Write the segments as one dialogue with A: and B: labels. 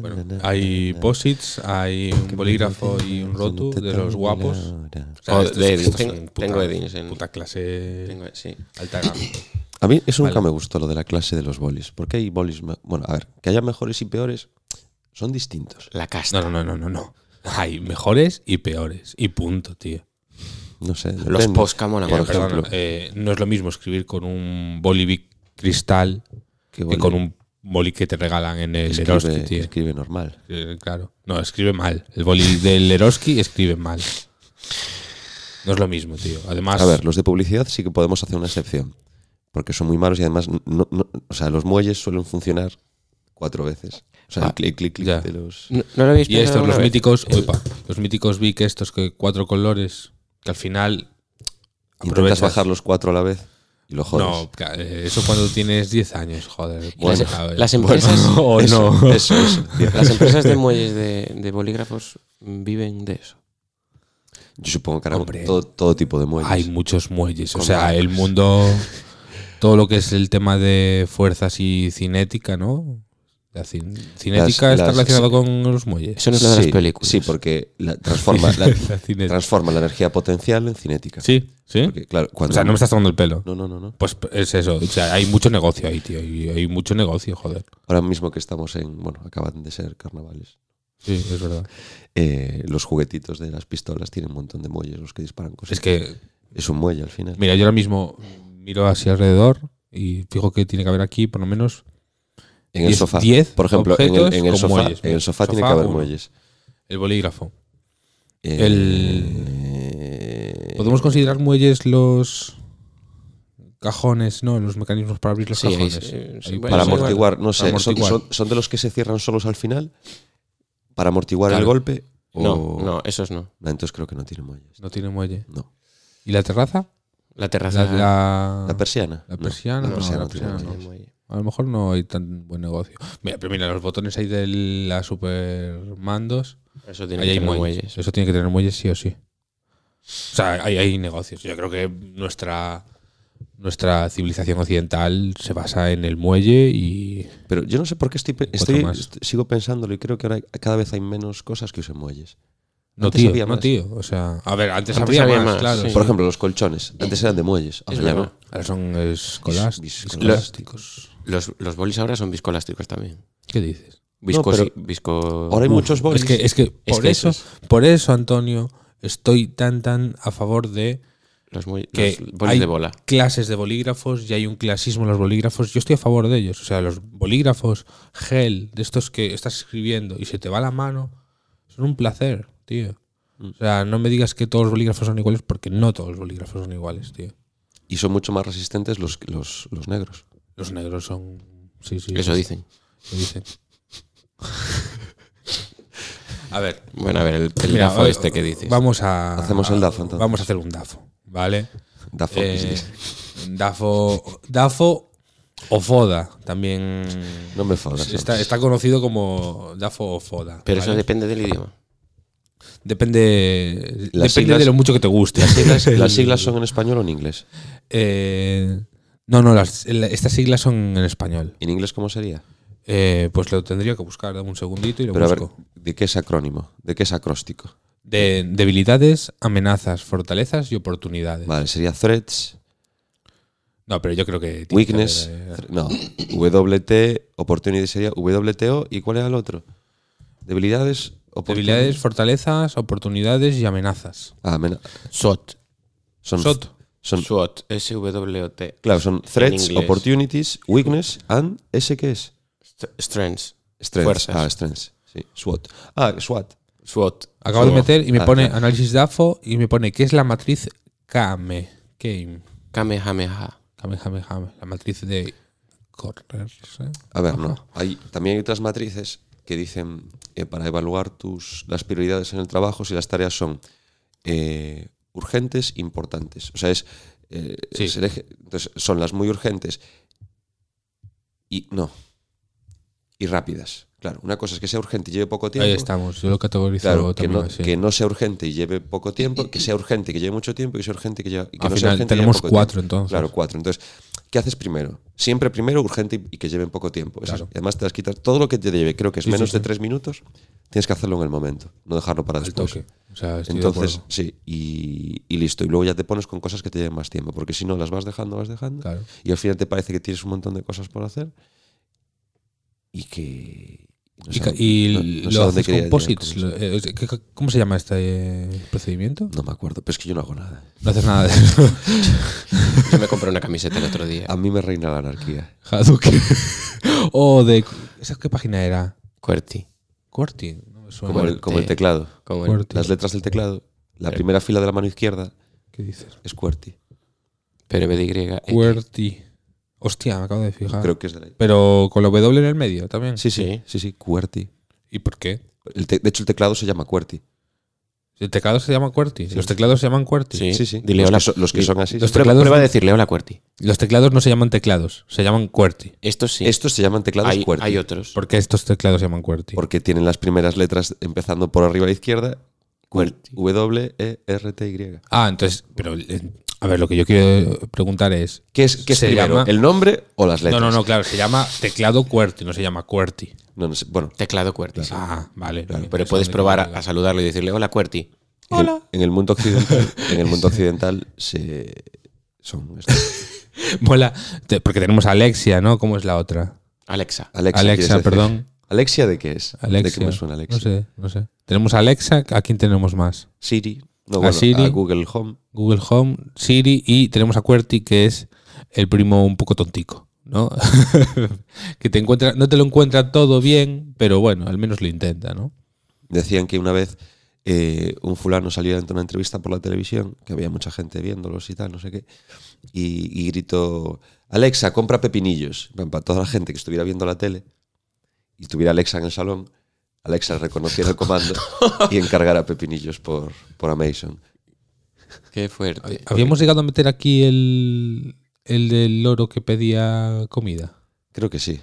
A: Bueno, hay posits, hay un bolígrafo y un rotu de los guapos. O sea,
B: O
A: esto
B: de
A: es-
B: Edins,
A: esto es
B: tengo- tengo Edins en-
A: Puta clase
B: Tengo- sí.
A: alta gama.
C: A mí eso nunca
A: Vale.
C: me gustó, lo de la clase de los bolis. Porque hay bolis. me- Bueno, a ver, que haya mejores y peores son distintos.
B: La casta.
A: No, no, no, no, no, no. Hay mejores y peores. Y punto, tío.
C: No sé.
B: Los
C: depende.
B: post molan.
C: Ah, Por
A: Eh, perdona,
C: ejemplo.
A: eh, no es lo mismo escribir con un bolivic cristal
C: Que
A: que
C: boli-
A: con un boli que te regalan en el Eroski,
C: escribe,
A: tío.
C: escribe normal.
A: Eh, claro. No, escribe mal. El boli del Eroski escribe mal. No es lo mismo, tío. Además,
C: A ver, los de publicidad sí que podemos hacer una excepción. Porque son muy malos y además, no, no- o sea, los muelles suelen funcionar cuatro veces. O sea, el clic, clic, clic
A: Ah, ya.
C: de los.
B: No, no lo habéis
A: y estos,
B: pensado
A: los
B: alguna vez?
A: míticos, uepa, los míticos Vic, estos que cuatro colores, que al final
C: Intentas
A: aprovechas.
C: bajar los cuatro a la vez y lo jodes.
A: No, ca- eh, eso cuando tienes 10 años, joder.
B: Las-
A: Bueno, a ver.
B: las empresas-
A: Bueno, o
C: Eso,
A: no.
C: eso, eso.
B: Las empresas de muelles de, de bolígrafos viven de eso.
C: Yo supongo que harán
A: Hombre.
C: todo, todo tipo de muelles.
A: Hay muchos muelles. O
C: Con
A: sea, el mundo. Todo lo que es el tema de fuerzas y cinética, ¿no? La cin- cinética
C: Las-
A: está
C: las-
A: relacionado con los muelles.
B: Eso no es lo de
C: sí,
B: las películas.
C: Sí, porque la- transforma, la,
A: La cinética.
C: transforma la energía potencial en cinética.
A: Sí, sí.
C: Porque, claro,
A: O
C: cuando,
A: sea, no me estás tomando el pelo.
C: no, no, no, no.
A: Pues es eso. O sea, hay mucho negocio ahí, tío. y hay mucho negocio, joder.
C: Ahora mismo que estamos en. Bueno, acaban de ser carnavales.
A: Sí, es verdad.
C: eh, los juguetitos de las pistolas tienen un montón de muelles, los que disparan cosas.
A: Es que,
C: Es un muelle al final.
A: mira, yo ahora mismo miro hacia alrededor y fijo que tiene que haber aquí por lo menos
C: En el
A: diez-
C: sofá.
A: diez
C: Por ejemplo, en el,
A: objetos
C: en el
A: con
C: sofá,
A: muelles.
C: en el sofá, tiene
A: Sofá,
C: que haber
A: uno.
C: muelles.
A: el bolígrafo.
C: Eh,
A: El- ¿Podemos considerar muelles los cajones, no? Los mecanismos para abrir los
B: Sí, ahí
A: cajones.
B: sí,
A: Ahí
B: sí,
A: puede
C: Para
A: ser.
C: amortiguar, no sé.
A: Pues Para
C: son-
A: amortiguar.
C: Son, son de los que se cierran solos al final? ¿Para amortiguar el
A: Claro.
C: golpe?
A: Oh.
C: O-
B: No, no, esos no.
C: No, entonces creo que no tiene muelles.
A: No tiene muelle.
C: No.
A: ¿Y la terraza?
B: La
A: La,
B: terraza
A: la-
C: ¿La persiana?
A: la
C: No,
A: persiana, no, la
C: no tiene
A: persiana
B: no
C: muelles.
B: tiene muelle.
A: A lo mejor no hay tan buen negocio. Mira, pero mira, los botones ahí de la supermandos.
B: Eso tiene
A: Ahí hay
B: que tener
A: muelles.
B: muelles.
A: Eso tiene que tener muelles sí o sí. O sea, ahí hay negocios. Yo creo que nuestra nuestra civilización occidental se basa en el muelle y
C: Pero yo no sé por qué estoy, pe- estoy-
A: más.
C: est- sigo pensándolo y creo que ahora cada vez hay menos cosas que usen muelles.
A: No,
C: Antes
A: tío,
C: había
A: no,
C: más.
A: tío. O sea, a ver, antes,
B: Antes
A: habría
B: había
A: más,
B: más,
A: claro.
B: sí.
A: sí.
C: Por ejemplo, los colchones. Antes eran de muelles.
B: Es
C: Ahora ya
B: verdad.
C: no.
A: Ahora son escolas-
C: Bis-
A: escolásticos.
B: Los, los bolis ahora son viscolásticos también.
A: ¿Qué dices?
B: Viscos,
C: pero-
B: visco...
C: Ahora hay muchos bolis.
A: Es que, es que
B: Es
A: por
B: que
A: eso,
B: esos-
A: por eso, Antonio, estoy tan tan a favor de
B: los, muy,
A: que
B: los bolis
A: hay
B: de bola.
A: clases de bolígrafos y hay un clasismo en los bolígrafos. Yo estoy a favor de ellos. O sea, los bolígrafos, gel, de estos que estás escribiendo y se te va la mano, son un placer, tío.
B: Mm.
A: O sea, no me digas que todos los bolígrafos son iguales porque no todos los bolígrafos son iguales, tío.
C: Y son mucho más resistentes los, los, los negros.
A: Los negros son... Sí, sí.
B: Eso dicen.
A: Lo dicen. A ver,
B: Bueno, a ver, el, el
A: mira,
B: gafo
A: va-
B: este que dices.
A: Vamos a.
C: Hacemos el DAFO, entonces.
A: Vamos a hacer un DAFO, ¿vale?
C: Da fuck,
A: Eh,
C: sí.
A: DAFO. DAFO o FODA también.
C: No me jodas.
A: Está,
C: no.
A: está conocido como DAFO o FODA.
B: Pero
A: ¿vale?
B: eso depende del idioma.
A: depende, depende
C: Las siglas-
A: de lo mucho que te guste.
C: Las- Las siglas son en español o en inglés.
A: Eh, no, no, las- la- estas siglas son en español.
C: ¿En inglés cómo sería?
A: Eh, pues lo tendría que buscar, dame un segundito y lo
C: Pero a ver,
A: busco.
C: ¿de qué es acrónimo? ¿De qué es acróstico?
A: De debilidades, amenazas, fortalezas y oportunidades.
C: Vale, sería threats,
A: No, pero yo creo que. tiene que
C: weakness.
A: haber, eh,
C: thre- no, WT, opportunity sería WTO. ¿Y cuál era el otro? Debilidades,
A: Debilidades,
C: oportunidades.
A: fortalezas, oportunidades y amenazas.
C: Ah, mena-
B: SWOT.
C: son,
A: SWOT.
C: son-
B: SWOT. S-W-O-T.
C: claro, son threats,
B: inglés.
C: opportunities, weakness, and ¿ese qué es?
B: St- Strengths.
C: Strengths.
B: Fuerzas.
C: Ah, strengths. Sí, SWOT. Ah, SWOT.
B: SWOT.
A: Acabo de
B: Suo-
A: meter y me
C: Ah,
A: pone
C: claro.
A: análisis DAFO y me pone ¿qué es la matriz KAME? KAME.
B: Kamehameha.
A: KAME, KAME, KAME. La matriz de ¿eh? correrse.
C: A ver, no. Hay, también hay otras matrices que dicen eh, para evaluar tus, las prioridades en el trabajo si las tareas son eh, urgentes, importantes. O sea, es, eh,
A: Sí.
C: es el eje- entonces, son las muy urgentes y no. Y rápidas. Claro, una cosa es que sea urgente y lleve poco tiempo.
A: Ahí estamos. Yo lo categorizo
C: Claro, que
A: también
C: no,
A: así.
C: que no sea urgente y lleve poco tiempo, que sea urgente y que lleve mucho tiempo, y que sea urgente y que, lleve, y que
A: Al
C: no sea
A: final
C: urgente y lleve
A: tenemos
C: poco
A: cuatro,
C: tiempo.
A: entonces.
C: Claro, cuatro. Entonces, ¿qué haces primero? Siempre primero, urgente y- y que lleven poco tiempo. Esas-
A: Claro.
C: y además te las quitas todo lo que te lleve, creo que es
A: Sí, sí,
C: menos de
A: sí.
C: tres minutos, tienes que hacerlo en el momento, no dejarlo para
A: al
C: después.
A: toque. O sea, estoy de
C: Entonces,
A: acuerdo.
C: sí, y, y listo. Y luego ya te pones con cosas que te lleven más tiempo, porque si no, las vas dejando, vas dejando.
A: Claro.
C: Y al final te parece que tienes un montón de cosas por hacer y que... no
A: Y
C: sé-
A: ca- y
C: no- no sé
A: lo
C: dónde quería
A: haces con
C: llegar
A: posits.
C: con
A: lo-
C: eso.
A: eh, o sea, ¿qué- ¿Cómo se llama este eh, procedimiento?
C: No me acuerdo, pero es que yo no hago nada.
A: No haces nada de eso.
B: Yo me compré una camiseta el otro día.
C: A mí me reina la anarquía.
A: Hadouken. o de. ¿Esa qué página era?
B: QWERTY.
A: Corti. No me suena.
C: Como el, como el
B: te-
C: teclado.
B: Como el-
A: QWERTY.
C: Las letras del teclado, la primera fila de la mano izquierda
A: ¿Qué dices?
C: es QWERTY.
B: pero me griega.
A: QWERTY. Hostia, me acabo de fijar.
C: Creo que es de la...
A: Pero con la W en el medio también.
C: Sí, sí, sí, sí, QWERTY.
A: ¿Y por qué?
C: El te- de hecho, el teclado se llama QWERTY.
A: El teclado se llama QWERTY. Los teclados se llaman QWERTY.
B: Sí,
C: Sí, sí.
B: Dile
C: los,
B: hola.
C: que son, los que son así.
A: Los
C: sí.
B: Prueba,
A: teclados-
B: prueba a decirle hola QWERTY.
A: Los teclados no se llaman teclados, se llaman QWERTY.
B: Estos sí.
C: Estos se llaman teclados
B: hay,
C: QWERTY.
B: hay otros.
A: ¿Por qué estos teclados se llaman QWERTY?
C: Porque tienen las primeras letras empezando por arriba a la izquierda.
B: QWERTY.
C: W, E, R, T, Y.
A: Ah, entonces, pero eh, a ver, lo que yo quiero preguntar es
C: ¿Qué es, qué es
A: Se
C: primero?
A: llama-
C: ¿El nombre o las
A: No,
C: letras?
A: no, no, claro, se llama teclado QWERTY, no se llama QWERTY.
C: No, no sé, Bueno,
B: Teclado QWERTY. sí.
A: Ah, vale. vale.
B: Pero puedes probar a, a saludarlo y decirle hola QWERTY.
C: en el- En, el mundo occidental, en el mundo occidental se. Son estos.
A: Mola, te- porque tenemos a Alexia, ¿no? ¿Cómo es la otra?
B: Alexa.
C: Alexa,
A: Alexia,
C: ¿quieres decir?
A: perdón.
C: ¿Alexia de qué es?
A: Alexia.
C: ¿De qué me suena Alexia?
A: No sé, no sé. Tenemos a Alexa, ¿a quién tenemos más?
C: Siri. No,
A: ¿A
C: bueno,
A: Siri?
C: a Google Home.
A: Google Home, Siri y tenemos a QWERTY, que es el primo un poco tontico, ¿no? que te encuentra, no te lo encuentra todo bien, pero bueno, al menos lo intenta, ¿no?
C: Decían que una vez eh, un fulano salía durante una entrevista por la televisión, que había mucha gente viéndolos y tal, no sé qué, y, y gritó, Alexa, compra pepinillos. En plan, Para toda la gente que estuviera viendo la tele y tuviera Alexa en el salón, Alexa reconociera el comando y encargara pepinillos por, por Amazon.
B: Qué fuerte.
A: Habíamos llegado a meter aquí el, el del loro que pedía comida.
C: Creo que sí.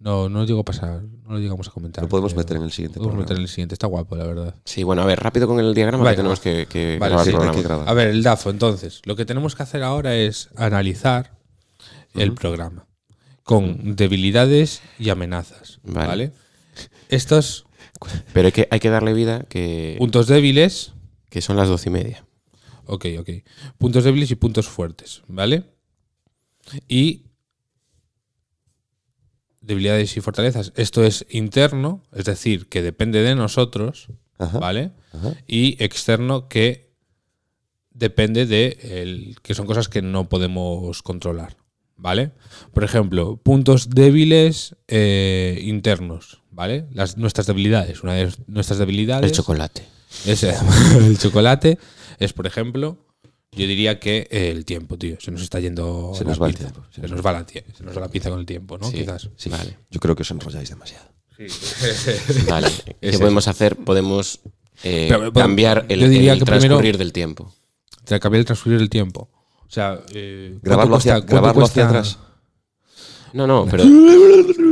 A: No, no llegó a pasar, no lo llegamos a comentar.
C: Lo podemos
A: creo.
C: meter en el siguiente
A: Lo podemos meter en
C: programa.
A: el siguiente, está guapo, la verdad.
B: Sí, bueno, a ver, rápido con el diagrama
A: Vale.
B: que tenemos que, que
A: Vale,
B: grabar
A: sí,
B: el
A: hay
B: programa.
C: que grabar.
A: A ver, el DAFO, entonces, lo que tenemos que hacer ahora es analizar el programa con debilidades y amenazas. Vale.
B: Vale.
A: Estos
B: Pero hay que, hay que darle vida que,
A: puntos débiles,
B: que son las doce y media.
A: ok, ok. Puntos débiles y puntos fuertes, ¿vale? Y debilidades y fortalezas. Esto es interno, es decir, que depende de nosotros,
C: Ajá,
A: ¿vale?
C: ajá.
A: y externo que depende de el, que son cosas que no podemos controlar, ¿vale? Por ejemplo, puntos débiles eh, internos, ¿vale? Las, nuestras debilidades, una de nuestras debilidades
B: El chocolate.
A: es eh, el chocolate, es por ejemplo, yo diría que eh, el tiempo, tío, se nos está yendo
C: Se
A: la
C: nos va el
A: pinza.
C: tiempo,
A: se nos va la tie- se nos va la pinza con el tiempo, ¿no?
B: Sí,
A: Quizás.
B: sí. Vale.
C: Yo creo que os enrolláis demasiado.
B: Vale. ¿Qué podemos hacer? Podemos eh,
A: Pero, pero,
B: cambiar el,
A: yo diría
B: el
A: que primero-
B: transcurrir del tiempo.
A: Te acabé de transcurrir el tiempo. O sea, eh, ¿cuánto
C: Grabarlo hacia-
A: cuánto
C: grabarlo hacia atrás.
B: No, no, pero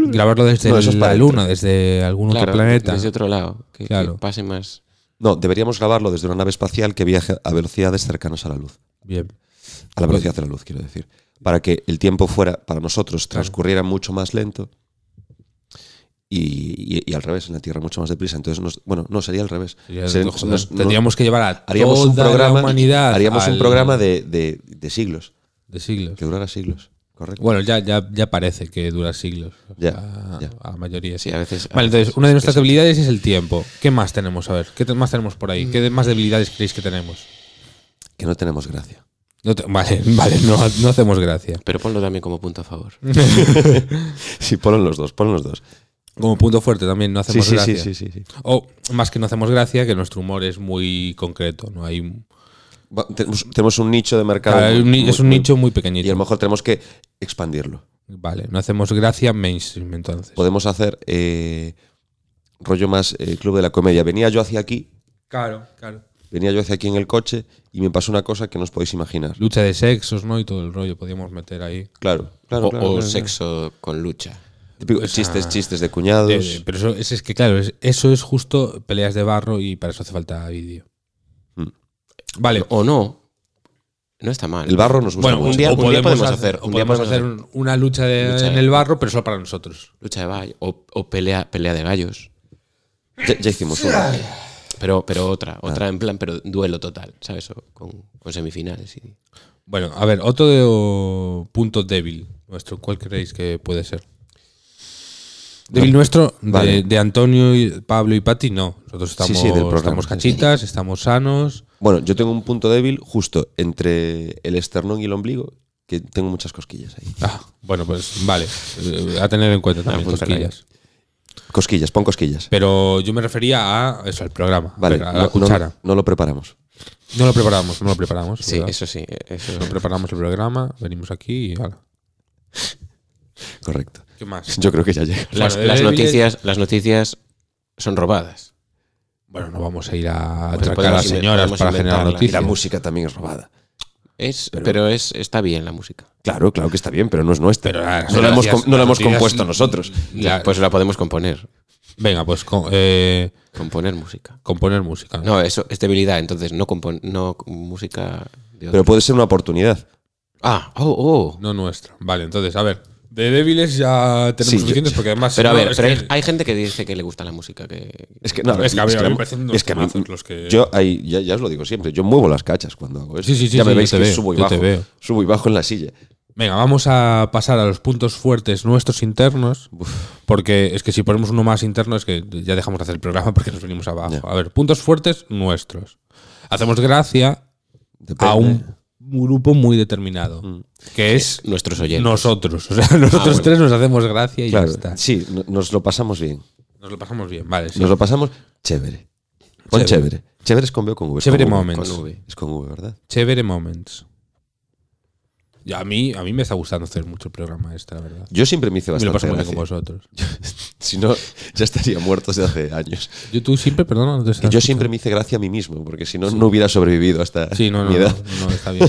A: grabarlo desde
C: No, eso es
A: la
C: para
A: luna, desde algún
B: claro,
A: otro planeta.
B: desde otro lado. Que, que
A: Claro.
B: pase más.
C: No, deberíamos grabarlo desde una nave espacial que viaje a velocidades cercanas a la luz.
A: Bien.
C: A la velocidad de la luz, quiero decir. Para que el tiempo fuera, para nosotros, transcurriera mucho más lento y, y- y al revés, en la Tierra mucho más deprisa. Entonces, nos- bueno, no, sería al revés.
A: Sería-
C: Sería-
A: joder,
C: nos- nos-
A: tendríamos que llevar a
C: haríamos
A: toda
C: un programa,
A: la humanidad.
C: haríamos un
A: al-
C: programa de, de- de siglos,
A: de siglos.
C: que durara siglos. Correcto.
A: Bueno, ya, ya, ya parece que dura siglos. o
C: Ya,
A: sea,
C: ya.
A: A la mayoría.
B: Sí, a veces. a
A: Vale,
B: veces
A: entonces, una de nuestras debilidades es el tiempo. ¿Qué más tenemos? A ver, ¿qué te- más tenemos por ahí?
B: Mm.
A: ¿Qué de- más debilidades creéis que tenemos?
C: Que no tenemos gracia.
A: No te- vale, vale, no, no hacemos gracia.
B: Pero ponlo también como punto a favor.
C: Sí, ponen los dos, ponen los dos.
A: Como punto fuerte también, no
C: Sí,
A: hacemos
C: sí,
A: gracia.
C: sí, sí, sí, sí.
A: O más que no hacemos gracia, que nuestro humor es muy concreto. No hay,
C: Va, tenemos, tenemos un nicho de mercado.
A: Claro, hay un
C: muy-
A: ni- es
C: muy-
A: un
C: muy-
A: nicho muy
C: Y a
A: pequeñito.
C: lo mejor tenemos que expandirlo.
A: Vale, no hacemos gracia mainstream entonces.
C: Podemos hacer eh, rollo más eh, club de la comedia. Venía yo hacia aquí,
A: Claro, claro.
C: venía yo hacia aquí en el coche y me pasó una cosa que no os podéis imaginar.
A: Lucha de sexos, ¿no? Y todo el rollo podíamos meter ahí.
C: Claro, claro.
B: o
C: claro,
B: o
C: claro,
B: sexo con lucha.
C: claro. Típico,
A: o sea,
C: chistes, chistes de
A: De-
C: cuñados.
A: de- Eh, pero eso es, es que, claro, es- eso es justo
D: Hmm.
A: peleas de barro y para eso hace falta vídeo.
C: Mm.
A: Vale,
B: O no. No está mal.
C: El barro nos gusta
A: Bueno,
C: mucho.
A: o
D: día- un día podemos hacer-
A: o
D: un día
A: podemos
D: podemos
A: hacer un- una lucha, de-
B: Lucha de-
A: en el barro, pero solo para nosotros.
B: Lucha de vallo. O, o pelea, pelea de gallos.
C: Ya, ya hicimos una.
B: Pero, pero otra, otra en plan, pero duelo total, ¿sabes? O con, con semifinales. Y...
A: Bueno, a ver, otro de- o punto débil nuestro, ¿cuál creéis que puede ser? Débil nuestro, de- de,
C: Vale.
A: Antonio, y Pablo y Pati, no. Nosotros
C: Sí, sí,
A: estamos,
C: del programa,
A: estamos
C: sí,
A: cachitas, estamos sanos.
C: Bueno, yo tengo un punto débil justo entre el esternón y el ombligo, que tengo muchas cosquillas ahí.
A: Ah, bueno, pues vale, eh, a tener en
C: Ah,
A: cuenta también,
C: pues
B: apúntala ahí.
A: cosquillas.
C: Cosquillas, pon cosquillas.
A: Pero yo me refería a eso, al programa,
C: Vale,
A: a la
C: no, no-
A: cuchara.
C: no lo preparamos.
A: No, lo preparamos, no lo preparamos.
B: Sí,
A: ¿verdad?
B: eso sí. eh, Eso,
A: No preparamos el programa, venimos aquí y ala.
C: Correcto.
A: ¿Qué más?
C: Yo creo que ya llega.
B: las,
A: Bueno,
B: las
A: el-
B: noticias, las noticias son robadas.
A: Bueno, no vamos a ir a
C: Pues
B: Bueno,
A: atracar a
B: podemos
A: las
B: inven-
A: señoras
B: podemos
A: para generar
B: inventarla.
C: Y la
A: noticias.
C: música también es robada.
B: Es, pero es, está bien la música.
C: Claro, claro que está bien, pero no es nuestra.
A: Pero ah, las
C: no la hemos,
A: noticias-
C: com- no la
A: las
C: hemos
A: noticias-
C: compuesto nosotros.
A: La-
B: Pues la podemos componer.
A: Venga, pues con- eh,
B: Componer música.
A: componer música.
B: No, eso es debilidad, entonces no compon no música de otro.
C: Pero puede ser una oportunidad.
B: ah, oh, oh.
A: No nuestra. Vale, entonces, a ver. De débiles ya tenemos
C: Sí, yo-
A: suficientes porque además.
B: Pero a
A: no,
B: ver,
A: es
B: pero hay,
A: que-
B: hay gente que dice que le gusta la música que
C: Es que, no,
A: Es que a mí- a mí
C: la-
A: me parecen unos
C: es que a mí-
A: temazos los que-
C: Yo ahí, ya, ya os lo digo siempre, yo muevo las cachas cuando hago eso.
A: Sí, sí, sí,
C: ya me
A: sí,
C: veis
A: yo
C: que
A: te veo,
C: subo y
A: yo
C: bajo.
A: te veo.
C: Subo y bajo en la silla.
A: Venga, vamos a pasar a los puntos fuertes nuestros internos. Porque es que si ponemos uno más interno es que ya dejamos de hacer el programa porque nos venimos abajo.
C: Ya.
A: A ver, puntos fuertes nuestros. Hacemos gracia
C: Depende.
A: a un grupo muy determinado.
C: mm,
A: Que es
B: nuestros oyentes.
A: nosotros. O sea, nosotros tres nos hacemos gracia y
C: Ah, Claro,
A: ya está.
C: sí, no- nos lo pasamos bien.
A: Nos lo pasamos bien, vale. sí.
C: Nos lo pasamos chévere. Pon chévere. Chévere, es con B o con V. Es
A: Chévere
C: con V.
A: moments.
B: con V.
C: Es con V, ¿verdad?
A: Chévere moments. Y a mí, a mí me está gustando hacer mucho el programa este, la verdad.
C: Yo siempre me hice
A: Me lo
C: bastante
A: paso muy bien con
C: gracia.
A: vosotros.
C: Si no, ya estaría muerto desde hace años.
A: Yo tú siempre, perdón, no te
C: Que yo siempre me hice gracia a mí mismo, porque si no, no hubiera sobrevivido hasta
A: Sí, no, no,
C: mi
A: no,
C: edad.
A: no, está bien.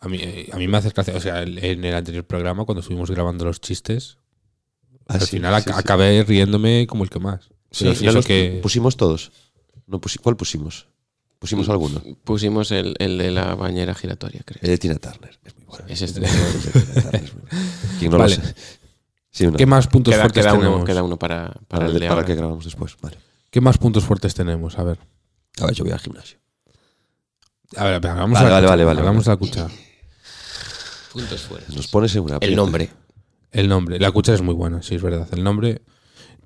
A: A mí, eh, a mí me hace gracia, o sea, el- en el anterior programa, cuando estuvimos grabando los chistes,
C: Ah,
A: al
C: sí,
A: final
C: sí,
A: ac-
C: sí.
A: acabé riéndome como el que más.
C: Pero
A: Pero
C: al final
A: eso
C: los
A: que...
C: pusimos todos. No pusi- ¿Cuál pusimos? Pusimos alguno.
B: Pusimos el, el de la bañera giratoria, creo.
C: Mm. El de Tina Turner. Es muy bueno.
B: Es este.
C: El de Tina Turner es muy bueno. Quien no
A: Vale.
C: lo sabe. Sí, una.
A: ¿Qué más puntos
B: Queda,
A: fuertes
B: queda
A: tenemos?
B: uno, queda uno para, para,
C: para,
B: el
C: el
B: de
C: para el
B: ahora.
C: que grabamos después. Vale.
A: ¿Qué más puntos fuertes tenemos? A ver.
C: A ver, yo voy al gimnasio.
A: A ver, pero vamos
C: Vale,
A: a la
C: vale,
A: cucha.
C: vale, vale.
A: Hablamos de la cuchara.
B: Puntos fuertes.
C: Nos pones en una
B: El
C: aprieto.
B: nombre.
A: El nombre. La cuchara es muy buena, sí, es verdad. El nombre.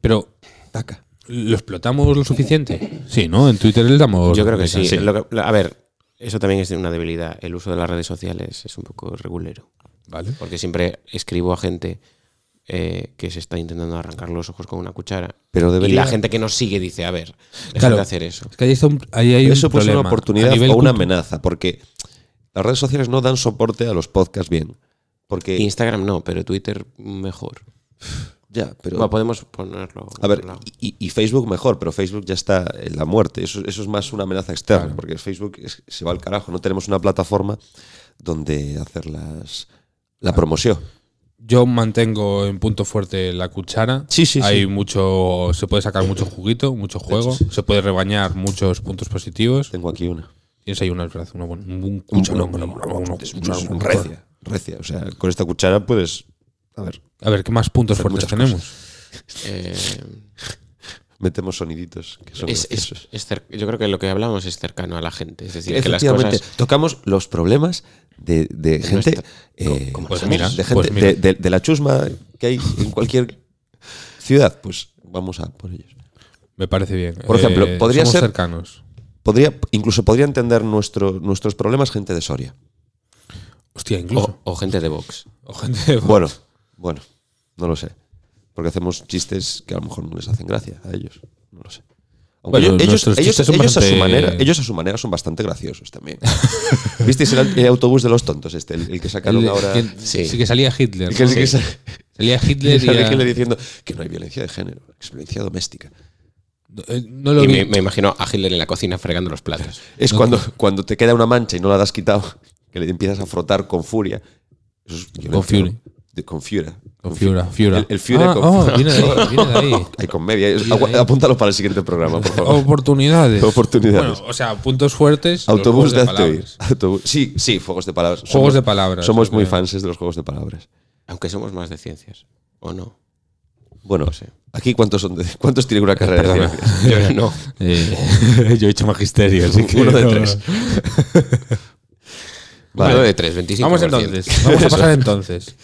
A: Pero,
C: Taca.
A: ¿lo explotamos lo suficiente? Sí, ¿no? En Twitter le damos.
B: Yo creo que sí.
A: Sí,
B: Lo que- a ver, eso también es una debilidad. El uso de las redes sociales es un poco regulero.
A: Vale.
B: Porque siempre escribo a gente eh, que se está intentando arrancar los ojos con una cuchara.
C: Pero
B: Y la
C: debería-
B: gente que nos sigue dice, a ver, dejad
A: Claro.
B: de hacer eso.
A: Es que ahí, está un- ahí hay
C: Eso
A: un
C: puede ser
A: problema.
C: una
A: A
C: oportunidad
A: nivel
C: o una
A: cultu-
C: amenaza, porque las redes sociales no dan soporte a los podcasts bien. Porque.
B: Instagram no, pero Twitter mejor.
C: ya, pero.
B: Bueno, podemos ponerlo.
C: a
B: en
C: ver,
B: otro lado.
C: y, y Facebook mejor, pero Facebook ya está en la muerte. Eso, eso es más una amenaza externa, porque Facebook es- se va al carajo. No tenemos una plataforma donde hacer las, la promoción.
A: Yo mantengo en punto fuerte la cuchara.
C: Sí, sí,
A: Hay
C: sí.
A: mucho. Se puede sacar mucho juguito, mucho juego. Se puede rebañar muchos puntos positivos.
C: Tengo aquí una.
A: Tienes ahí una, verdad, una buena- un cucharón. una- una- una-
C: Es
A: una- una- una-
C: recia, recia. O sea, con esta cuchara puedes. A ver,
A: A ver, ¿qué más puntos
C: Hacer
A: fuertes
C: muchas
A: tenemos?
B: Eh,
C: metemos soniditos que son
B: es- es-
C: graciosos.
B: es cer- yo creo que lo que hablamos es cercano a la gente. Es decir, que las
C: Efectivamente,
B: cosas.
C: tocamos los problemas de, de gente.
B: nuestra-
C: eh,
B: como
A: Pues
B: somos.
A: mira,
C: de, gente
A: pues mira.
C: de- de- de la chusma que hay en cualquier ciudad. Pues vamos a por ellos.
A: Me parece bien. Eh,
C: Por ejemplo, podría
A: somos
C: ser-
A: cercanos.
C: podría, incluso podría entender nuestro, nuestros problemas gente de Soria.
A: Hostia, incluso.
B: O, o gente de Vox.
A: O gente de-
C: Oh. Bueno, bueno, no lo sé. Porque hacemos chistes que a lo mejor no les hacen gracia a ellos. No lo sé. Aunque
A: Bueno,
C: ellos- ellos,
A: nuestros
C: ellos-
A: chistes son
C: ellos a su
A: bastante-
C: manera, ellos a su manera son bastante graciosos también. ¿Visteis el, el autobús de los tontos este? El, el que sacaron
A: El-
C: ahora...
A: que- sí.
B: sí.
A: que salía Hitler.
C: el que-
A: ¿no?
C: que sa-
A: Salía
C: que
A: Hitler y.
C: sale
A: a-
C: Hitler diciendo que no hay violencia de género, es violencia doméstica.
A: No, eh, no lo
B: Y
A: vi.
B: me, me imagino a Hitler en la cocina fregando los platos.
C: Es cuando, cuando te queda una mancha y no la has quitado, que le empiezas a frotar con furia. Eso es violencia.
A: fury.
C: De- con furia.
A: Con Fiura. Fiura.
C: El, el Fiura
A: Ah,
C: con-
A: oh, viene de ahí, viene de ahí.
C: Hay comedia. Es-
A: Bien,
C: agu-
A: ahí.
C: Apúntalo para el siguiente programa, por favor.
A: Oportunidades.
C: Oportunidades.
A: Bueno, o sea, puntos fuertes. los
C: Autobús
A: juegos
C: de Azteoir.
A: palabras.
C: Autobús- Sí, sí, juegos de palabras.
A: Juegos de palabras, eh.
C: Somos
A: porque-
C: muy fans eh, de los juegos de palabras.
B: Aunque somos más de ciencias. ¿O no?
C: Bueno,
B: No sé.
C: aquí cuántos son de- cuántos tienen una carrera de
A: Perdona.
C: ciencias?
B: Yo no.
A: Eh, yo he hecho magisterio, así que.
C: Uno de
A: no.
C: tres. Vale.
B: Vale. de 3, 25%.
A: Vamos entonces. Vamos a pasar entonces.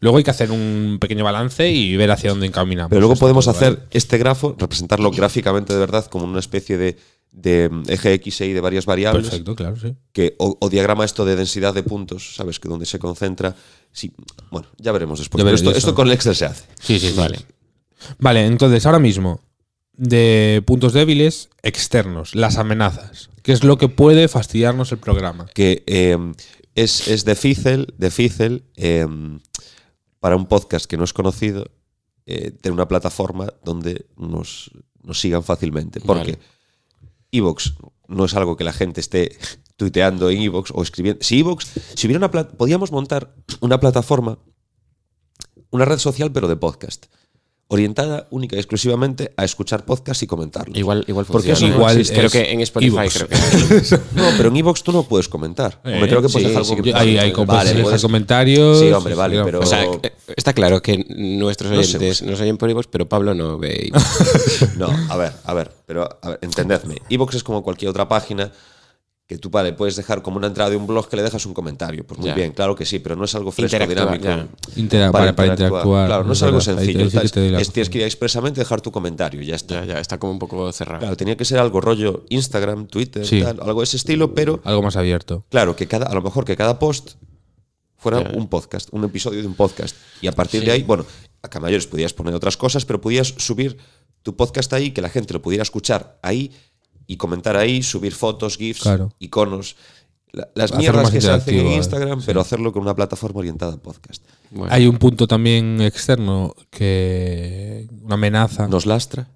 A: Luego hay que hacer un pequeño balance y ver hacia dónde encaminamos.
C: Pero luego
A: esto,
C: podemos
A: ¿vale?
C: hacer este grafo, representarlo gráficamente de verdad como una especie de, de mm, eje X e Y de varias variables.
A: Perfecto, claro, sí.
C: que o, o diagrama esto de densidad de puntos, ¿sabes? Que donde se concentra. Sí, bueno, ya veremos después.
A: Ya
C: Pero
A: veré,
C: esto,
A: yo
C: esto
A: solo-
C: con el Excel se hace.
A: Sí, sí,
B: Vale.
A: Vale, entonces ahora mismo, de puntos débiles externos, las amenazas, que es lo que puede fastidiarnos el programa.
C: Que eh, es, es difícil, difícil eh, para un podcast que no es conocido eh, tener una plataforma donde nos, nos sigan fácilmente. Porque
B: Vale.
C: Evox no es algo que la gente esté tuiteando en Evox o escribiendo. Si Evox, si hubiera una pla- podíamos montar una plataforma, una red social, pero de podcast, orientada única y exclusivamente a escuchar podcast y comentarlos.
B: Igual, igual
C: Porque
B: funciona.
C: es
B: ¿no?
A: igual,
B: Sí, Creo
A: es
B: que en Spotify
A: iVoox.
B: creo que.
C: No, pero en Evox tú no puedes comentar.
A: Eh,
C: Hombre, creo que puedes
B: sí,
C: dejar
B: sí,
C: algún
B: yo-
A: Ahí hay
B: vale,
A: como
C: Vale,
A: puedes dejar
C: puedes-
A: comentarios.
C: Sí, hombre, vale, pero-
B: O sea, eh, está claro que nuestros
C: No sé,
B: oyentes nos oyen por iVoox, pero Pablo no ve iVoox.
C: No, a ver, a ver, pero a ver, entendedme. Evox es como cualquier otra página que tú, vale, puedes dejar como una entrada de un blog que le dejas un comentario. Pues muy
B: Ya.
C: bien, claro que sí, pero no es algo fresco,
B: Interactuar,
C: dinámico.
B: ya.
A: Intera- para, para interactuar.
C: Claro, no es
A: es
C: algo
A: verdad. Ahí te-
C: sencillo.
A: ahí sí que
C: tal.
A: te doy la
C: Es- tienes
A: razón.
C: que ir expresamente a dejar tu comentario y ya está.
B: Ya, ya, está como un poco cerrado.
C: Claro, tenía que ser algo rollo Instagram, Twitter,
A: Sí.
C: tal, algo de ese estilo, pero
A: Algo más abierto.
C: claro, que cada, a lo mejor que cada post fuera
B: Ya.
C: un podcast, un episodio de un podcast. Y a partir
B: Sí.
C: de ahí, bueno, acá mayores podías poner otras cosas, pero podías subir tu podcast ahí, que la gente lo pudiera escuchar ahí y comentar ahí, subir fotos, GIFs,
A: Claro.
C: iconos. la- Las
A: Hacerlo
C: mierdas
A: más
C: que se hacen en
A: interactivo, eh,
C: Instagram, pero hacerlo con una plataforma orientada a podcast.
B: Bueno,
A: Hay un punto también externo que. Una amenaza.
C: ¿Nos lastra?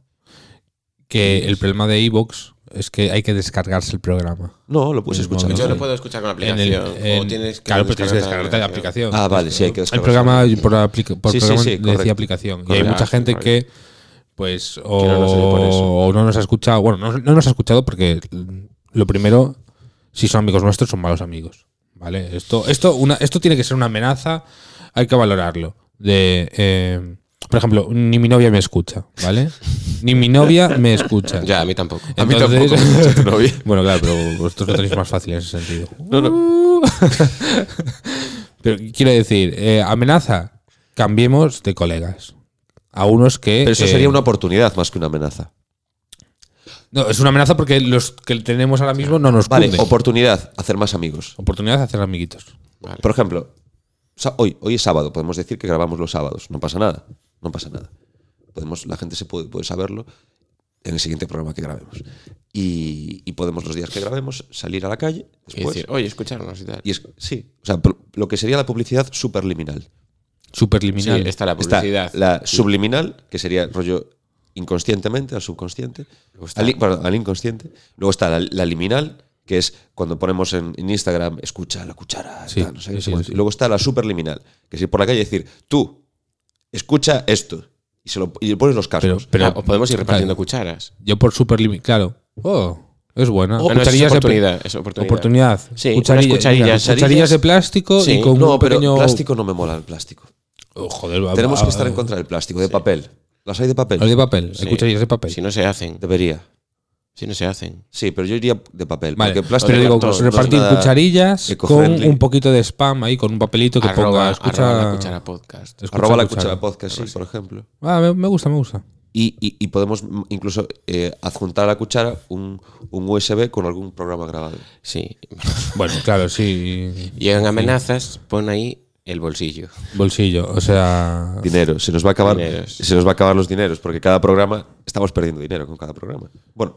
A: Que el problema de Evox es que hay que descargarse el programa.
C: No, lo puedes
A: No,
C: escuchar.
A: no,
B: yo
A: no.
B: lo puedo escuchar con la
A: En el-
B: aplicación. o
A: en-
B: tienes que
A: claro, pero tienes que descargarte la
B: aplicación.
A: aplicación.
C: Ah, vale, sí, hay que
A: El
C: descargarse.
A: programa por, apli- por
C: Sí, sí,
A: programa
C: sí, correcto.
A: decía aplicación. y hay
B: Correcto,
A: mucha gente
B: correcto.
A: que pues o,
B: no nos oye por eso.
A: o no nos ha escuchado. Bueno, no, no nos ha escuchado porque mm, lo primero, si son amigos nuestros, son malos amigos. ¿Vale? Esto, esto, una, esto tiene que ser una amenaza, hay que valorarlo. De, eh, por ejemplo, ni mi novia me escucha, ¿vale? Ni mi novia me escucha.
B: Ya, a mí tampoco.
A: Entonces-
B: tu novia.
A: Bueno, claro, pero vosotros lo tenéis más fácil en ese sentido. pero quiero decir, eh, amenaza, cambiemos de colegas. A unos que.
C: Pero eso
A: eh,
C: sería una oportunidad más que una amenaza.
A: No, es una amenaza porque los que tenemos ahora mismo no nos
C: Vale,
A: cunden.
C: oportunidad, hacer más amigos.
A: Oportunidad de hacer amiguitos.
B: Vale.
C: Por ejemplo, sa- hoy, hoy es sábado, podemos decir que grabamos los sábados, no pasa nada, no pasa nada. Podemos, la gente se puede, puede saberlo en el siguiente programa que grabemos. Y, y podemos los días que grabemos salir a la calle
B: Y
C: después.
B: decir, oye, escucharnos y tal.
C: y es, sí, o sea, pro- lo que sería la publicidad superliminal.
B: sí, este
A: Superliminal.
B: está la
C: Está
B: publicidad.
C: la subliminal, que sería rollo inconscientemente, al subconsciente,
B: Luego está-
C: al, i- perdón, al inconsciente. Luego está la, la liminal, que es cuando ponemos en, en Instagram, escucha la cuchara.
A: Sí,
C: tal, no sé qué, no
A: sí,
C: sé
A: sí,
C: cuánto.
A: sí.
C: Y luego está la superliminal, que es ir por la calle y decir, tú, escucha esto. Y, se lo, y le pones los
A: pero,
C: cascos.
A: pero
B: Ah, o podemos ir repartiendo
A: claro,
B: cucharas.
A: yo por superliminal. Claro. Oh, es buena.
B: Ah, no, eso es
A: Cucharillas de pl-
B: oportunidad, es oportunidad.
A: oportunidad.
B: Sí, unas
A: Cucharillas,
B: cucharillas,
A: mira,
B: cucharillas.
A: cucharillas de plástico
B: Sí,
A: y con
C: no,
A: un
C: pero
A: pequeño. ah.
C: plástico no me mola el plástico.
A: Oh, joder, va-
C: Tenemos
A: va-
C: que estar en contra del plástico, de papel. ¿Las hay de papel?
A: Los de papel.
B: Sí.
A: Hay cucharillas de papel.
B: Si no se hacen.
C: Debería.
B: Si no se hacen.
C: Sí, pero yo iría de papel.
A: Vale,
C: porque plástico
A: pero digo,
C: no es
A: repartir
C: nada
A: cucharillas con
C: ecofriendly.
A: un poquito de spam ahí, con un papelito que ponga.
B: Arroba,
A: Escucha,
B: arroba la cuchara podcast.
A: escucha
C: Arroba la
A: cuchara.
C: cuchara podcast, sí, por ejemplo.
A: Ah, me, me gusta, me gusta.
C: Y, y- y podemos mm, incluso eh, adjuntar a la cuchara un, un USB con algún programa grabado.
A: Ah.
B: Sí.
A: Bueno, claro, sí.
B: Y en amenazas pon ahí el bolsillo.
A: Bolsillo, o sea.
C: Dinero, se nos va a acabar,
B: Dineros.
C: se nos va a acabar los dineros, porque cada programa estamos perdiendo dinero con cada programa. Bueno,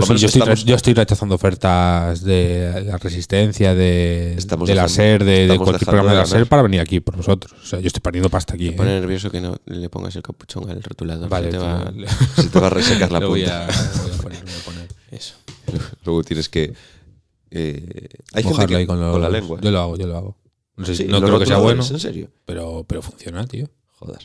C: por lo
A: sí,
C: menos
A: yo estoy,
C: estamos-
A: re- yo estoy rechazando ofertas de la resistencia, de,
C: Estamos
A: de la
C: dejando-
A: SER, de, de
C: estamos
A: cualquier
C: dejando
A: programa de
C: de
A: la
C: ganar.
A: SER para venir aquí por vosotros. O sea, yo estoy perdiendo pasta aquí. ¿eh?
B: Pone nervioso que no le pongas el capuchón al rotulador.
A: Vale,
B: se te va-
A: tío,
C: se te va a resecar la
A: lo voy
C: punta.
A: a, lo voy a poner, lo voy a poner.
B: Eso.
C: Luego tienes que. eh, hay gente
A: Mojarlo
C: que,
A: ahí con,
C: con,
A: los-
C: la lengua.
A: Yo lo hago, yo lo hago. No, sé si-
C: Sí,
A: no
C: los
A: creo que sea
C: rotuladores,
A: bueno,
C: En serio.
A: pero, pero funciona, tío.
C: joder.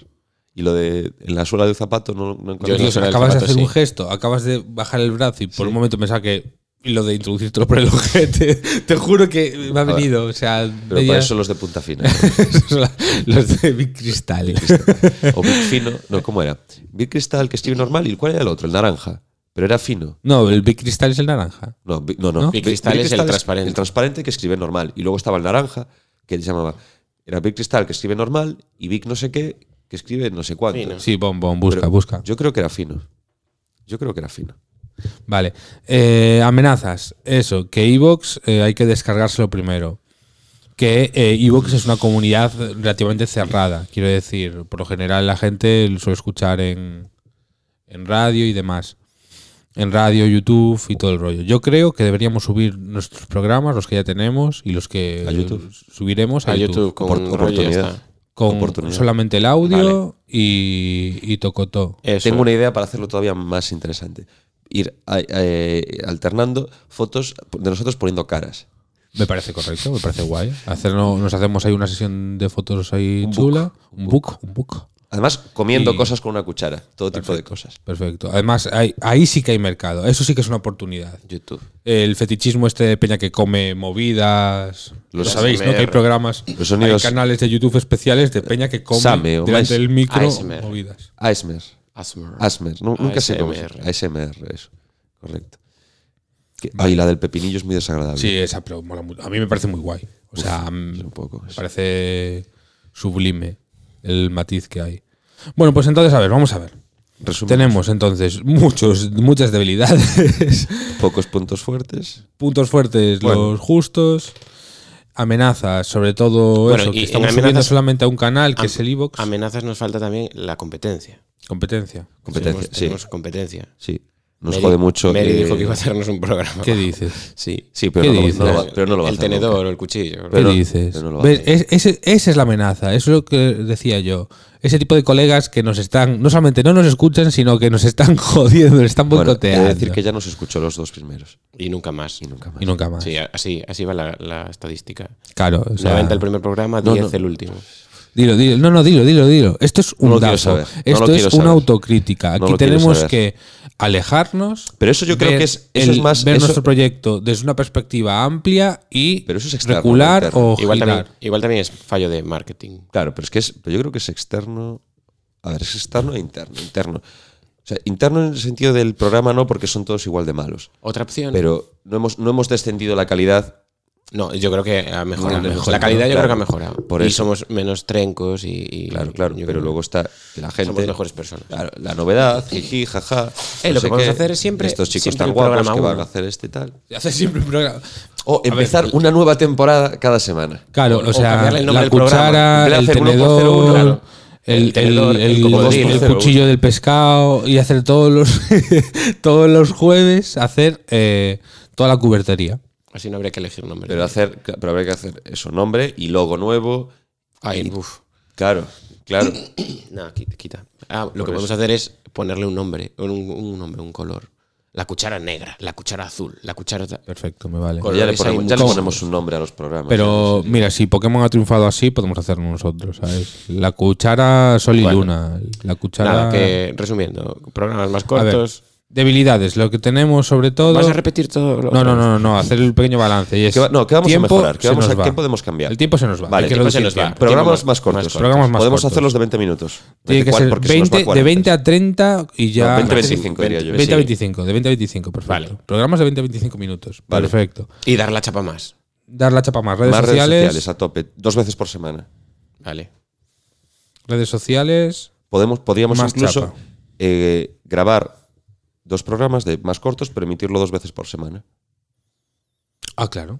C: Y lo de en la suela de un zapato no, no encuentro.
B: Yo en la
A: Dios,
B: suela del
A: acabas de
B: zapato,
A: hacer un
B: sí.
A: gesto, acabas de bajar el brazo y por un momento pensaba que y lo de introducírtelo por el ojete. Te juro que me ha
C: Joder.
A: venido. O sea,
C: Pero
A: media-
C: para eso los de punta fina.
A: esos son la- los de Big Cristal.
C: o Big Fino. No, ¿cómo era? Big Cristal, que es Steve normal. ¿Y cuál era el otro? El naranja. Pero era fino.
A: No, el Big Cristal es el naranja.
C: No, Big- no, no.
A: ¿No?
C: Big-
B: Big Cristal es el transparente.
C: El transparente que escribe normal. Y luego estaba el naranja, que se llamaba. Era Big Cristal, que escribe normal. Y Big no sé qué, que escribe no sé cuánto.
B: Fino.
A: Sí, bom, bom, busca,
C: Pero
A: busca.
C: Yo creo que era fino. Yo creo que era fino.
A: Vale. Eh, amenazas. Eso, que Evox eh, hay que descargárselo primero. Que eh, Evox es una comunidad relativamente cerrada. Quiero decir, por lo general la gente lo suele escuchar en, en radio y demás. En radio, YouTube y todo el rollo. Yo creo que deberíamos subir nuestros programas, los que ya tenemos y los que
C: A YouTube.
A: subiremos a,
B: A YouTube con
C: Opor-
B: rollo ya
C: oportunidad.
B: está.
A: Con
C: Oportunidad.
A: solamente el audio y, y tocotó.
B: Eso.
C: Tengo una idea para hacerlo todavía más interesante. Ir a- eh, alternando fotos de nosotros poniendo caras.
A: Me parece correcto, me parece guay. Hacernos, nos hacemos ahí una sesión de fotos ahí
C: Un book.
A: chula. Un book, un book.
C: Además, comiendo
A: Y-
C: cosas con una cuchara. Todo tipo de cosas.
A: Perfecto. Además, ahí- ahí sí que hay mercado. Eso sí que es una oportunidad.
C: YouTube.
A: El fetichismo este de Peña que come movidas. Lo
C: Los
A: sabéis, ¿no? Que hay
B: ASMR.
A: programas,
C: Los sonidos-
A: hay canales de YouTube especiales de Peña que come
C: Same o
A: delante
C: mais-
A: del micro
B: ASMR.
A: movidas.
C: ASMR.
B: Asmer.
C: ASMR. Nu- nunca sé cómo se
B: ASMR.
C: ASMR, eso. Correcto. Que- Ay, la del pepinillo es muy desagradable.
A: Sí, esa, pero mola mucho. A mí me parece muy guay. O sea,
C: Es un poco.
A: Me parece sublime el matiz que hay. Bueno, pues entonces, a ver, vamos a ver.
C: Resumen,
A: Tenemos entonces muchos, muchas debilidades,
C: pocos puntos fuertes.
A: puntos fuertes,
C: Bueno.
A: los justos, amenazas, sobre todo
B: Bueno,
A: eso, que
B: y en
A: estamos subiendo
B: amenazas-
A: solamente a un canal que
B: Am-
A: es el iVox.
B: Pues Amenazas nos falta también la competencia.
A: Competencia.
C: Competencia.
B: Tenemos,
C: sí,
B: tenemos competencia.
C: sí. Nos
B: Mary-
C: jode mucho.
B: Mary
C: eh,
B: dijo que iba a hacernos un programa.
A: ¿Qué dices?
B: Sí.
C: Sí, pero
A: ¿Qué
C: no, lo- no
A: dices?
C: lo va- pero no lo va a
B: El
C: hacer nunca.
B: tenedor o el cuchillo.
A: ¿Qué
C: Pero-
A: dices?
C: pero no lo
A: ¿Ves?
C: hace.
A: Es- ese- esa es la amenaza, eso es lo que decía yo. Ese tipo de colegas que nos están, no solamente no nos escuchan, sino que nos están jodiendo, nos están
C: Bueno, he
A: boicoteando.
C: de decir que ya nos escuchó los dos primeros.
B: Y nunca más.
C: Y nunca más.
A: Y nunca más.
B: Sí, así, así va la, la estadística.
A: Claro, o sea,
B: 90 el primer programa,
C: No, no.
B: 10 el último.
A: Dilo, dilo, no, no, dilo, dilo, dilo. Esto es un
C: No lo quiero
A: dato.
C: saber, no
A: Esto
C: lo
A: es
C: quiero
A: una
C: saber.
A: autocrítica.
C: No
A: Aquí
C: lo quiero
A: tenemos
C: saber.
A: que alejarnos.
C: Pero eso yo creo que es- eso
A: el-
C: es más-
A: ver
C: eso-
A: nuestro proyecto desde una perspectiva amplia y
C: Pero eso es externo, no
A: recular
C: interno.
A: o
B: Igual
A: girar.
B: también, igual también es fallo de marketing.
C: Claro, pero es que es, pero yo creo que es externo. A ver, es externo e interno. Interno. O sea, interno en el sentido del programa no, porque son todos igual de malos.
B: Otra opción.
C: Pero no hemos, no hemos descendido la calidad.
B: no, yo creo que ha mejorado.
C: No, ha mejorado,
B: la calidad yo
C: claro.
B: creo que ha mejorado.
C: Por
B: y
C: eso.
B: somos menos trencos y. y-
C: Claro, claro.
B: yo
C: Pero
B: creo
C: luego está que la
B: que
C: gente.
B: somos mejores personas.
C: Claro, la novedad, jiji, jaja.
B: Eh, lo que podemos hacer es siempre-
C: Estos chicos
B: siempre
C: tan
B: el
C: guapos
B: programa
C: que van
B: uno.
C: a hacer este tal.
A: Hacer siempre un programa.
C: O
A: ver,
C: empezar una nueva temporada cada semana.
A: Claro,
B: O-
A: o
B: o
A: sea,
B: cambiarle el nombre
A: la
B: del programa.
A: cuchara,
C: En vez de
A: el
C: hacer uno por
A: tenedor,
C: cero uno, claro.
A: el,
B: El tenedor,
A: el-
B: el
A: el-
B: cocodrilo,
A: el
B: cero
A: cuchillo del pescado y hacer todos los, todos los jueves, hacer eh, toda la cubertería.
B: Así no habría que elegir nombre.
C: Pero, hacer, pero habría que hacer eso, nombre y logo nuevo.
B: Ay, uf.
C: Claro, claro.
B: No, quita. quita. Ah, lo que
C: Por
B: podemos
C: eso.
B: hacer es ponerle un nombre, un, un nombre, un color. La cuchara negra, la cuchara azul, la cuchara. ta-
A: Perfecto, me vale.
B: Con-
C: ya le
B: Colores hay
C: ponemos, ya le
B: muchos.
C: ponemos un nombre a los programas.
A: Pero mira, si Pokémon ha triunfado así, podemos hacerlo nosotros, ¿sabes? La cuchara Sol y
B: Bueno.
A: Luna. La cuchara.
B: Nada, que resumiendo, programas más
A: A ver,
B: cortos.
A: debilidades, lo que tenemos sobre todo.
B: ¿Vas a repetir todo? Lo
A: no, no, no, no, hacer el pequeño balance. Y es,
C: ¿Qué va- no, ¿qué vamos
A: tiempo
C: a mejorar? ¿Qué,
A: se
C: vamos a-
A: nos va.
C: ¿qué podemos cambiar?
A: El tiempo se nos va.
C: Vale,
A: hay
C: el
A: que
C: tiempo
B: se
A: reducir
B: nos va.
A: el tiempo.
C: Programas
B: Tiempo
C: más cortos.
B: más
A: Programas más
C: Podemos
A: cortos.
C: hacerlos de 20 minutos.
A: Tiene que
C: 24,
A: ser
C: porque se nos
A: 20,
C: va cuarenta.
A: de 20 a 30 y ya.
C: No, 20, 25 diría yo.
A: 20 a
C: Sí.
A: 25, de 20 a 25, perfecto.
B: Vale.
A: Programas de 20 a 25 minutos.
C: Vale.
A: Perfecto.
B: Y dar la chapa más.
A: Dar la chapa más. Redes
C: Más
A: sociales.
C: redes sociales a tope, dos veces por semana.
B: Vale.
A: redes sociales.
C: Podemos, podríamos
A: Más
C: incluso
A: chapa.
C: eh, grabar dos programas de más cortos, pero emitirlo dos veces por semana.
A: Ah, claro.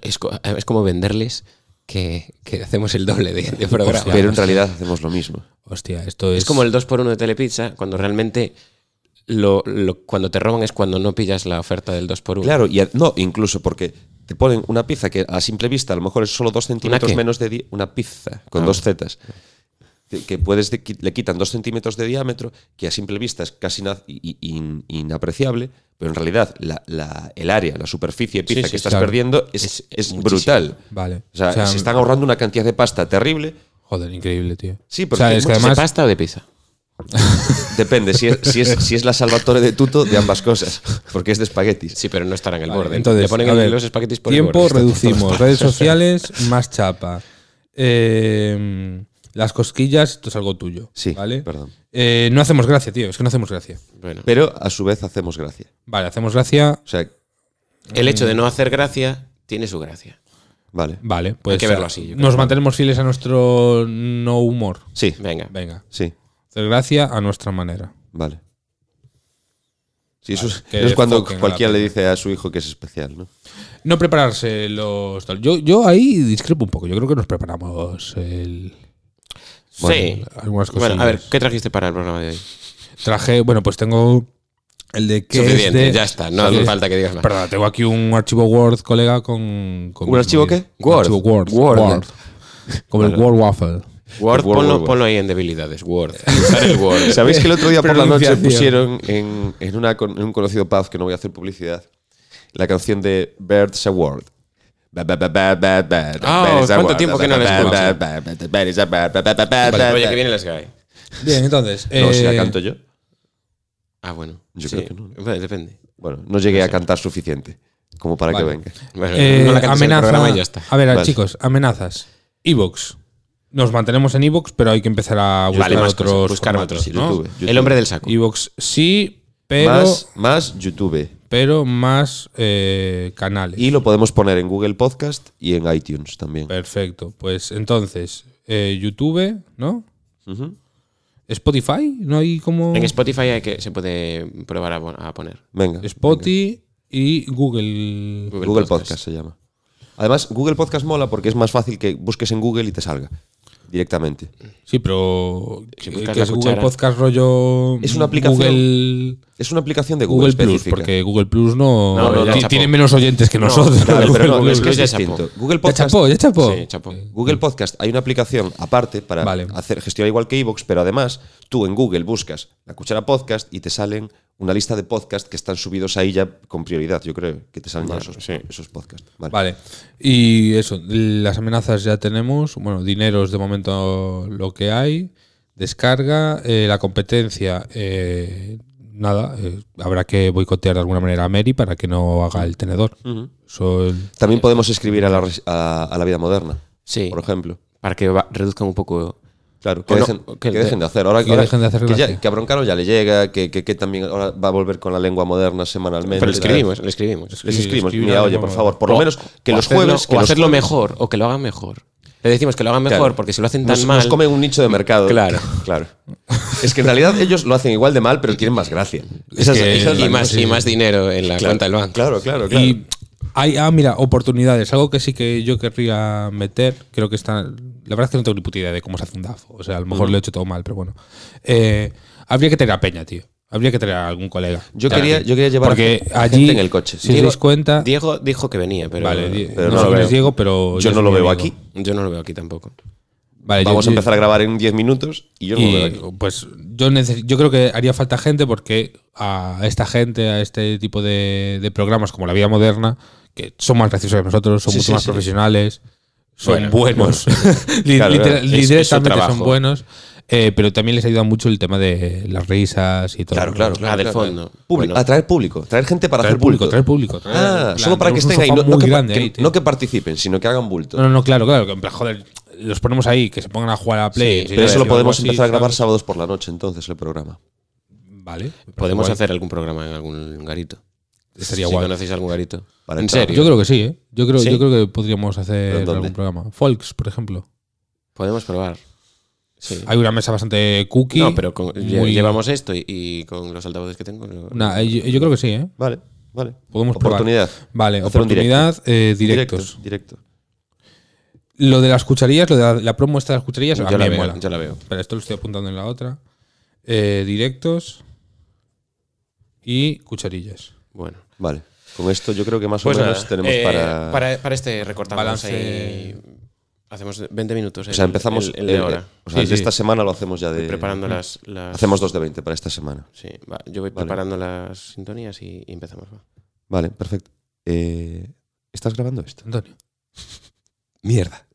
B: Es, co- es como venderles que, que hacemos el doble de, de programa.
A: Hostia.
C: Pero en realidad hacemos lo mismo.
A: Hostia, esto es.
B: Es como el 2x1 de Telepizza, cuando realmente lo, lo- cuando te roban es cuando no pillas la oferta del 2x1.
C: Claro, y a- no, incluso porque te ponen una pizza que a simple vista a lo mejor es solo dos centímetros
B: qué?
C: menos de di- una pizza con
B: Ah.
C: dos zetas. Que- Que puedes de- qui- le quitan dos centímetros de diámetro, que a simple vista es casi ina- i- i- in- inapreciable, pero en realidad la- la- el área, la superficie de pizza
B: Sí, sí,
C: que estás
A: claro.
C: perdiendo es,
B: Es-
C: es
B: muchísimo.
C: brutal.
A: Vale.
C: O sea, se están ahorrando una cantidad de pasta terrible
A: Joder, increíble, tío.
C: Sí,
A: O
C: porque
A: sea, es que
C: muchas-
B: ¿De
A: además.
B: pasta o de pizza?
C: depende. Si es, si, es, si es la Salvatore de Tuto, de ambas cosas. Porque es de espaguetis.
B: Sí, pero no estará en el
A: Vale,
B: borde.
A: Entonces,
B: Le ponen
A: a
B: el-
A: ver,
B: los espaguetis por
A: tiempo
B: el borde.
A: reducimos. Redes sociales, más chapa. Eh, las cosquillas, esto es algo tuyo.
C: Sí,
A: ¿vale?
C: perdón.
A: Eh, no hacemos gracia, tío. Es que no hacemos gracia.
B: Bueno,
C: Pero a su vez hacemos gracia.
A: Vale, hacemos gracia.
C: O sea,
B: el hecho de no hacer gracia tiene su gracia.
C: vale.
A: Vale, pues.
B: Hay que verlo así, yo creo.
A: Nos mantenemos fieles a nuestro no humor.
C: Sí,
B: Venga.
A: Venga.
C: sí,
A: Hacer gracia a nuestra manera.
C: vale. Sí, eso,
A: Vale,
C: es,
A: que
C: eso es cuando
A: foquen a la
C: cualquiera le
A: peña.
C: dice a su hijo que es especial, ¿no?
A: No prepararse los. tal. Yo, yo ahí discrepo un poco. Yo creo que nos preparamos el-
B: sí.
A: algunas cosas.
B: Bueno, a ver, ¿qué trajiste para el programa de hoy?
A: Traje, bueno, pues tengo el de que.
B: Suficiente, ya está. No hace
A: Suficiente.
B: falta que digas más.
A: Perdona, tengo aquí un archivo Word, colega, con. con
C: ¿Un archivo qué?
A: Un
B: Word.
A: archivo Word.
B: Word.
A: Como el Word Waffle.
B: Word,
C: Word,
B: ponlo,
C: Word, Word.
B: ponlo ahí en debilidades. Word. Usar el Word.
C: ¿Sabéis que el otro día por la noche
A: Pronunciación.
C: pusieron en, en una con- en un conocido pub, que no voy a hacer publicidad, la canción de Birds Award?
B: Ah,
C: Ah,
B: ¿cuánto tiempo que no la escucho? Vale, oye, que
C: escucho?
B: viene la SGAE.
A: Bien, entonces.
C: No, si la
A: eh,
C: canto yo.
B: Ah, bueno.
C: Yo creo que no, ¿no?
B: Bueno, depende.
C: Bueno, no llegué a cantar suficiente como para que
A: Vale.
C: venga.
B: Bueno,
A: eh,
B: no la cantes en el
A: amenaza.
B: programa y ya está.
A: A ver,
C: Vale.
A: chicos, amenazas. Evox. Nos mantenemos en Evox, pero hay que empezar a buscar
B: Vale, más
A: otros.
B: cosas, buscar
A: formatos,
B: otros.
A: ¿no?
C: YouTube.
B: El hombre del saco.
A: Evox sí, pero
C: más, más YouTube.
A: pero más eh, canales.
C: Y lo podemos poner en Google Podcast y en iTunes también.
A: Perfecto. Pues entonces, eh, YouTube, ¿no?
C: Ujú.
A: Spotify, ¿no hay como
B: En Spotify hay que, se puede probar a, pon- a poner.
C: Venga.
A: Spotify y Google?
C: Google, Podcast. se llama. Además, Google Podcast mola porque es más fácil que busques en Google y te salga directamente.
A: Sí, pero
B: Si
C: pues
A: eh,
B: buscas
A: que
B: la
A: es Google
B: cuchara.
A: Podcast rollo
C: Es una aplicación
A: Google,
C: Es una aplicación de Google,
A: Google Plus,
C: específica.
A: porque Google Plus no,
B: No, no,
A: ti-
B: ya chapó.
A: tiene menos oyentes que nosotros.
C: Vale,
A: Google
C: pero no,
A: Plus.
C: es que es
B: ya chapó.
C: distinto. Google
A: ya
C: Podcast,
A: chapó, ya chapó.
B: Sí, chapo.
C: Google Podcast hay una aplicación aparte para
A: Vale.
C: hacer gestionar igual que iVoox, pero además tú en Google buscas la cuchara podcast y te salen una lista de podcasts que están subidos ahí ya con prioridad, yo creo, que te salen ya esos, esos podcasts. Vale.
A: Vale. Y eso, las amenazas ya tenemos. Bueno, dinero es de momento lo que hay. Descarga, eh, la competencia, eh, nada, eh, habrá que boicotear de alguna manera a Mary para que no haga el tenedor. Eso el-
C: También podemos escribir a la, res- a- a la vida moderna,
B: Sí.
C: por ejemplo.
B: Para que va- reduzcan un poco.
C: Claro, que,
B: O no,
C: dejen,
B: que-
C: que dejen de hacer. Ahora,
A: que
C: ahora
A: dejen de hacer
C: que, ya-
A: gracia.
C: que a Broncano ya le llega, que, que, que también ahora va a volver con la lengua moderna semanalmente.
B: Pero le escribimos, le escribimos.
C: Les
A: Sí,
C: escribimos.
A: escribir
C: Mira,
A: algo
C: oye, por
A: moderno.
C: favor, por lo
B: O-
C: menos que
B: o
C: los
B: hacerlo-
C: jueves. que
B: o
C: los
B: hacerlo
C: jueves-
B: mejor, o que lo hagan mejor. Le decimos que lo hagan mejor,
C: Claro.
B: porque si lo hacen tan
C: Nos,
B: mal.
C: nos comen un nicho de mercado.
B: Claro.
C: claro. Es que en realidad ellos lo hacen igual de mal, pero tienen más gracia. Esa
A: que-
C: esa la
B: y, más,
C: cosa.
B: y más dinero en la cuenta del banco.
C: Claro, claro, claro.
A: Y hay, ah, mira, oportunidades. Algo que sí que yo querría meter, creo que está. La verdad es que no tengo ni puta idea de cómo se hace un DAFO. O sea, a lo mejor lo he hecho todo mal, pero bueno. Eh, habría que tener a Peña, tío. Habría que tener a algún colega.
C: yo,
A: Claro.
C: quería, yo quería llevar
A: Porque
C: a gente
A: allí,
C: en el coche.
A: Si os dais cuenta.
B: Diego dijo que venía, pero,
A: vale, di-
C: pero
A: no,
C: no
A: sé
C: lo
A: quién
C: veo.
A: es Diego, pero.
C: yo
A: es
C: no lo
A: mi
C: veo
A: amigo.
C: aquí.
B: yo no lo veo aquí tampoco.
A: Vale, yo-
C: Vamos a
A: yo-
C: empezar a grabar en 10 minutos y yo no lo veo aquí.
A: Y, pues yo, neces- yo creo que haría falta gente porque a esta gente, a este tipo de, de programas como la vida moderna, que son más graciosos que nosotros, son
C: Sí,
A: mucho
C: sí,
A: más
C: sí. pues,
A: profesionales, son
B: Bueno,
A: buenos. Li-
C: Claro,
A: literal-
C: claro.
B: Es- es su
A: Directamente son
B: trabajo.
A: buenos. eh, pero también les ayuda mucho el tema de las risas y todo.
C: Claro, claro, claro.
B: Ah, del
C: claro.
B: fondo.
C: Público,
B: Bueno.
C: Atraer público, traer gente para
A: Traer
C: hacer
A: público,
C: público.
A: traer público. traer- en
C: Ah,
A: plan,
C: solo para que
A: tenemos un
C: estén ahí,
A: sofá
C: no, no
A: muy
C: que, pa-
A: grande
C: que-
A: ahí, tío.
C: no que participen, sino que hagan bulto.
A: No, no, no, claro, claro. que en plan, joder, los ponemos ahí, que se pongan a jugar a la Play.
B: Sí,
A: si
C: Pero
A: no
C: eso lo
A: decimos
C: podemos
A: así,
C: empezar a grabar
A: ¿sabes?
C: sábados por la noche, entonces, el programa.
A: Vale. pues
B: Podemos
A: Guay.
B: hacer algún programa en algún garito.
A: Estaría
B: si
A: guay.
B: conocéis algún garito.
C: Para
B: en
C: entrar.
B: serio.
A: Yo creo que sí, ¿eh? Yo creo,
B: ¿Sí?
A: yo creo que podríamos
C: ¿Pero
A: hacer
C: dónde?
A: algún programa. Folks, por ejemplo.
B: Podemos probar. Sí.
A: Hay una mesa bastante cookie.
B: No, pero con- lle-
A: muy-
B: llevamos esto y, y con los altavoces que tengo. lo-
A: Nah, eh, yo, yo creo que sí, ¿eh?
C: Vale, vale.
A: Podemos probar.
C: Oportunidad.
A: Vale,
C: Hacer un
A: oportunidad, eh,
C: Directo,
A: directos.
C: Directo.
A: Lo de las cucharillas, lo de la, la promo esta de las cucharillas,
C: eh,
A: a
B: yo,
A: mí
B: la
A: me
B: veo,
A: mola.
B: yo la veo.
A: Pero esto lo estoy apuntando en la otra. Eh, directos y cucharillas.
B: Bueno.
C: Vale. Con esto yo creo que más
B: Pues
C: o
B: nada,
C: menos tenemos
B: eh,
C: para...
B: para este recortamos
A: Balance.
B: ahí. Hacemos 20 minutos.
C: O sea, empezamos
B: el, el de
C: el-
B: ahora.
C: O sea,
A: Sí,
C: el de
A: sí.
C: esta semana lo hacemos ya de...
B: preparando las, las-
C: Hacemos dos de 20 para esta semana.
B: Sí, va, yo voy
C: Vale.
B: preparando las sintonías y, y empezamos. va.
C: Vale, perfecto. Eh, ¿Estás grabando esto?
A: Antonio.
C: Mierda.